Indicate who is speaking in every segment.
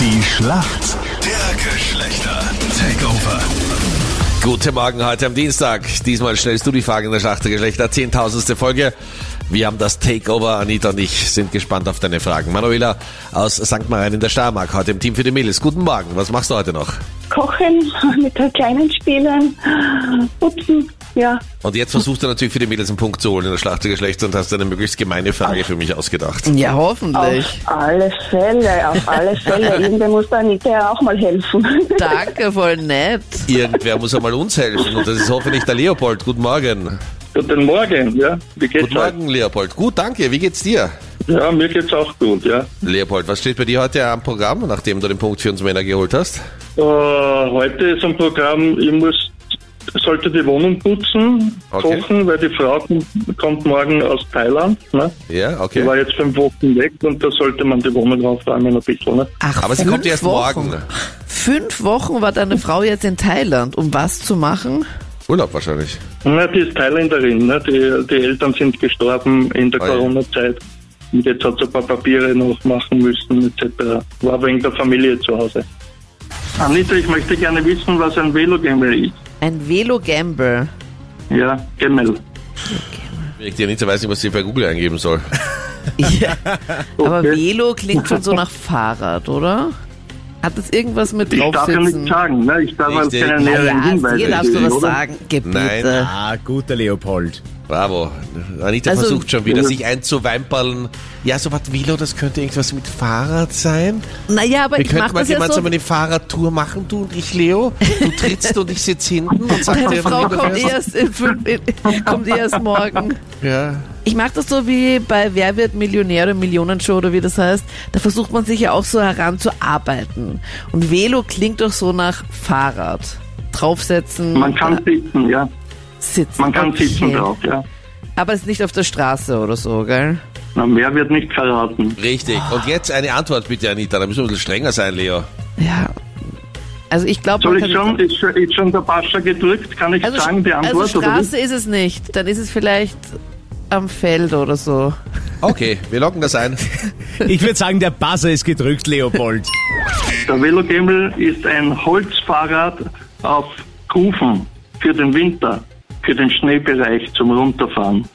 Speaker 1: Die Schlacht der Geschlechter. Takeover.
Speaker 2: Guten Morgen heute am Dienstag. Diesmal stellst du die Frage in der Schlacht der Geschlechter. Zehntausendste Folge. Wir haben das Takeover. Anita und ich sind gespannt auf deine Fragen. Manuela aus St. Marien in der Steiermark, heute im Team für die Mädels. Guten Morgen. Was machst du heute noch?
Speaker 3: Kochen, mit der Kleinen spielen, putzen, ja.
Speaker 2: Und jetzt versuchst du natürlich für die Mädels einen Punkt zu holen in der Schlacht der Geschlechter und hast eine möglichst gemeine Frage für mich ausgedacht.
Speaker 4: Ja,
Speaker 3: Auf
Speaker 4: hoffentlich.
Speaker 3: alle Fälle, auf alle Fälle. Irgendwer muss da Anita ja auch mal helfen.
Speaker 4: Danke, voll nett.
Speaker 2: Irgendwer muss einmal uns helfen und das ist hoffentlich der Leopold. Guten Morgen.
Speaker 5: Guten Morgen, ja. Wie geht's
Speaker 2: Guten Morgen, Leopold. Gut, danke. Wie geht's dir?
Speaker 5: euch? Ja, mir geht's auch gut, ja.
Speaker 2: Leopold, was steht bei dir heute am Programm, nachdem du den Punkt für uns Männer geholt hast?
Speaker 5: Äh, heute ist ein Programm, ich muss, sollte die Wohnung putzen,
Speaker 2: Okay.
Speaker 5: kochen, weil die Frau kommt- kommt morgen aus Thailand, ne?
Speaker 2: Ja,
Speaker 5: Die
Speaker 2: okay.
Speaker 5: war jetzt fünf Wochen weg und da sollte man die Wohnung aufräumen ein bisschen, ne?
Speaker 4: Ach,
Speaker 2: Aber sie
Speaker 4: fünf
Speaker 2: kommt erst
Speaker 4: Wochen.
Speaker 2: morgen. ne?
Speaker 4: Fünf Wochen war deine Frau jetzt in Thailand, um was zu machen?
Speaker 2: Urlaub wahrscheinlich.
Speaker 5: Na, die ist Thailänderin, ne? Die, die Eltern sind gestorben in der
Speaker 2: Oh ja.
Speaker 5: Corona-Zeit. Und jetzt hat sie ein paar Papiere noch machen müssen, etc. War wegen der Familie zu Hause. Anita, ich möchte gerne wissen, was ein Velogamel ist.
Speaker 4: Ein Velo-Gamble.
Speaker 5: Ja, Gemel.
Speaker 2: Ich dir nicht, weiß nicht, was sie bei Google eingeben soll.
Speaker 4: Ja. Aber
Speaker 5: Okay.
Speaker 4: Velo klingt schon so nach Fahrrad, oder? Hat das irgendwas mit
Speaker 5: Ich darf ja
Speaker 4: draufsitzen?
Speaker 5: nichts sagen, ne? Ich darf
Speaker 2: Nicht
Speaker 5: halt
Speaker 2: direkt.
Speaker 5: keine
Speaker 4: ja,
Speaker 5: näheren
Speaker 4: ja,
Speaker 5: Hinweise
Speaker 4: hier darfst du
Speaker 5: geben,
Speaker 4: was
Speaker 5: oder?
Speaker 4: sagen.
Speaker 2: Nein.
Speaker 4: Gebiete.
Speaker 6: Ah, guter Leopold.
Speaker 2: Bravo. Anita
Speaker 4: Also-
Speaker 2: versucht schon wieder, sich einzuweinballen. Ja, so was Velo, das könnte irgendwas mit Fahrrad sein.
Speaker 4: Naja, aber
Speaker 2: Wir
Speaker 4: ich mach
Speaker 2: könnten mal
Speaker 4: das ja
Speaker 2: gemeinsam
Speaker 4: so.
Speaker 2: eine Fahrradtour machen, du und ich, Leo. Du trittst und ich sitze hinten und sag
Speaker 4: Deine
Speaker 2: dir,
Speaker 4: Frau
Speaker 2: wann du
Speaker 4: kommt
Speaker 2: fährst.
Speaker 4: erst, in fünf, in, kommt erst morgen.
Speaker 2: Ja.
Speaker 4: Ich mache das so wie bei Wer wird Millionär oder Millionenshow oder wie das heißt. Da versucht man sich ja auch so heranzuarbeiten. Und Velo klingt doch so nach Fahrrad. Draufsetzen,
Speaker 5: Man kann sitzen, ja.
Speaker 4: sitzen.
Speaker 5: Man kann
Speaker 4: okay.
Speaker 5: sitzen drauf, ja.
Speaker 4: Aber es ist nicht auf der Straße oder so, gell?
Speaker 5: Na, mehr wird nicht verraten.
Speaker 2: Richtig. Und jetzt eine Antwort bitte, Anita. Da müssen wir ein bisschen strenger sein, Leo.
Speaker 4: Ja. Also ich glaube,
Speaker 5: Soll ich schon, ist, schon- ist schon der Pascha gedrückt? Kann ich
Speaker 4: also,
Speaker 5: sagen, die Antwort?
Speaker 4: also
Speaker 5: oder
Speaker 4: Straße ist es nicht. Dann ist es vielleicht am Feld oder so.
Speaker 2: Okay, wir locken das ein.
Speaker 6: Ich würde sagen, der Buzzer ist gedrückt, Leopold.
Speaker 5: wie? Der Velogemel ist ein Holzfahrrad auf Kufen für den Winter, für den Schneebereich zum Runterfahren.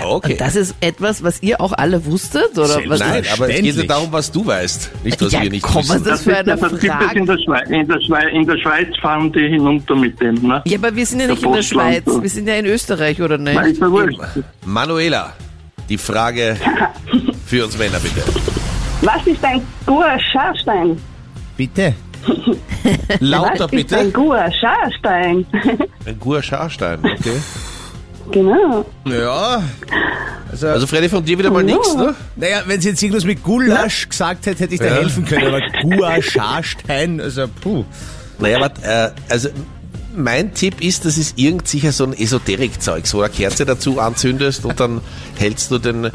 Speaker 2: Okay.
Speaker 4: Und das ist etwas, was ihr auch alle wusstet? Oder
Speaker 2: Nein, aber
Speaker 4: was
Speaker 2: es geht ja
Speaker 6: Verständlich.
Speaker 2: darum, was du weißt. Nicht, was
Speaker 4: Ja,
Speaker 2: wir nicht
Speaker 4: komm, was
Speaker 2: wissen.
Speaker 4: ist- Das für eine
Speaker 5: das gibt es
Speaker 4: Frage.
Speaker 5: in der, Schweiz, in, der Schweiz, in der Schweiz fahren die hinunter mit dem. Ne?
Speaker 4: Ja, aber wir sind ja
Speaker 5: Der
Speaker 4: nicht in der
Speaker 5: Postland,
Speaker 4: Schweiz.
Speaker 5: so.
Speaker 4: Wir sind ja in Österreich, oder nicht?
Speaker 5: Na, ist mir wurscht.
Speaker 2: Manuela, die Frage für uns Männer bitte.
Speaker 3: Was ist ein guter Scharstein?
Speaker 6: Bitte?
Speaker 2: Lauter
Speaker 3: Was ist ein
Speaker 2: bitte.
Speaker 3: guter Scharstein?
Speaker 2: Ein guter Scharstein, okay.
Speaker 3: genau.
Speaker 6: Ja.
Speaker 2: Also Freddy, von dir wieder mal nichts, ne?
Speaker 6: Naja, wenn sie jetzt irgendwas mit Gulasch gesagt hätte, hätte ich da
Speaker 2: Ja.
Speaker 6: helfen können. Aber Gua, Scharstein, also puh.
Speaker 2: Naja, warte, äh, also mein Tipp ist, das ist irgend sicher so ein Esoterik-Zeug, so eine Kerze dazu anzündest und dann hältst du den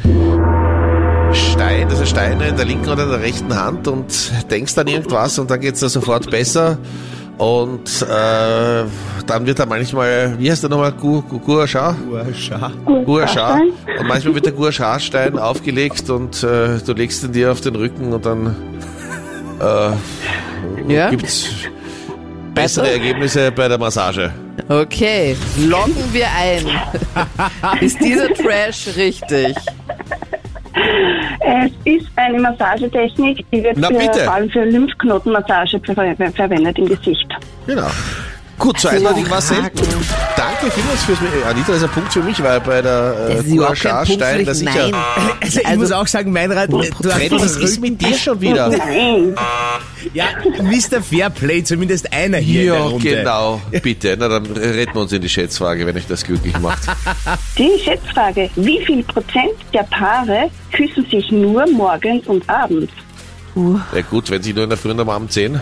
Speaker 2: Stein, also Steine in der linken oder in der rechten Hand und denkst an irgendwas und dann geht's dir sofort besser. Und äh, dann wird er manchmal, wie heißt der nochmal, Gu- Gu- Guascha?
Speaker 6: Gua, Scharstein.
Speaker 2: Guascha.
Speaker 3: Scharstein?
Speaker 2: Und manchmal wird der Guascha-Stein aufgelegt und äh, du legst ihn dir auf den Rücken und dann
Speaker 4: Ja?
Speaker 2: gibt's bessere Ergebnisse bei der Massage.
Speaker 4: Okay, loggen wir ein. Ist dieser Trash richtig?
Speaker 3: Es ist eine Massagetechnik, die wird
Speaker 2: Na,
Speaker 3: für,
Speaker 2: bitte.
Speaker 3: vor allem für Lymphknotenmassage ver ver verwendet im Gesicht.
Speaker 2: Genau. Gut, so eindeutig war es selten. Danke vielmals fürs. äh, Anita, das ist ein Punkt für mich, weil bei der
Speaker 4: Das
Speaker 2: äh,
Speaker 4: ist überhaupt kein Punkt für
Speaker 2: Guascha-Stein, da
Speaker 4: dich.
Speaker 2: sicher.
Speaker 4: Nein.
Speaker 6: Also ich muss auch sagen, mein Rat, äh, du hast
Speaker 2: Freddy, was ist
Speaker 6: verrückt.
Speaker 2: mit dir schon wieder?
Speaker 3: Nein.
Speaker 6: Ja, Mr. Fairplay, zumindest einer hier in der
Speaker 2: Ja,
Speaker 6: Runde.
Speaker 2: genau. Bitte, na dann retten wir uns in die Schätzfrage, wenn euch das glücklich macht.
Speaker 3: Die Schätzfrage, wie viel Prozent der Paare küssen sich nur morgens und abends?
Speaker 2: Ja gut, wenn sie nur in der Früh und am Abend sehen.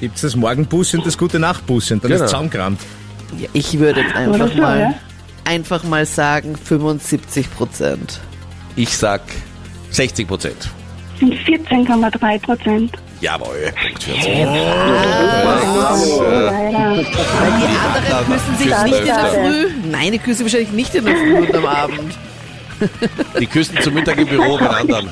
Speaker 6: Gibt's das Morgenbus und das gute Nachtbus und dann
Speaker 2: Genau.
Speaker 6: ist zusammengerammt.
Speaker 4: Ja, Ich würde jetzt
Speaker 3: Oder
Speaker 4: einfach
Speaker 3: so, ja?
Speaker 4: mal, einfach mal sagen 75 Prozent.
Speaker 2: Ich sag 60 Prozent.
Speaker 3: Das sind 14,3 Prozent.
Speaker 2: Jawohl. Punkt für uns.
Speaker 3: 嗯
Speaker 4: Weil die anderen küssen sich
Speaker 2: küssen
Speaker 4: nicht in der
Speaker 3: öfter.
Speaker 4: Früh. Nein, die küssen wahrscheinlich nicht in der Früh und am Abend.
Speaker 2: Die küssen zum Mittag im Büro bei anderen.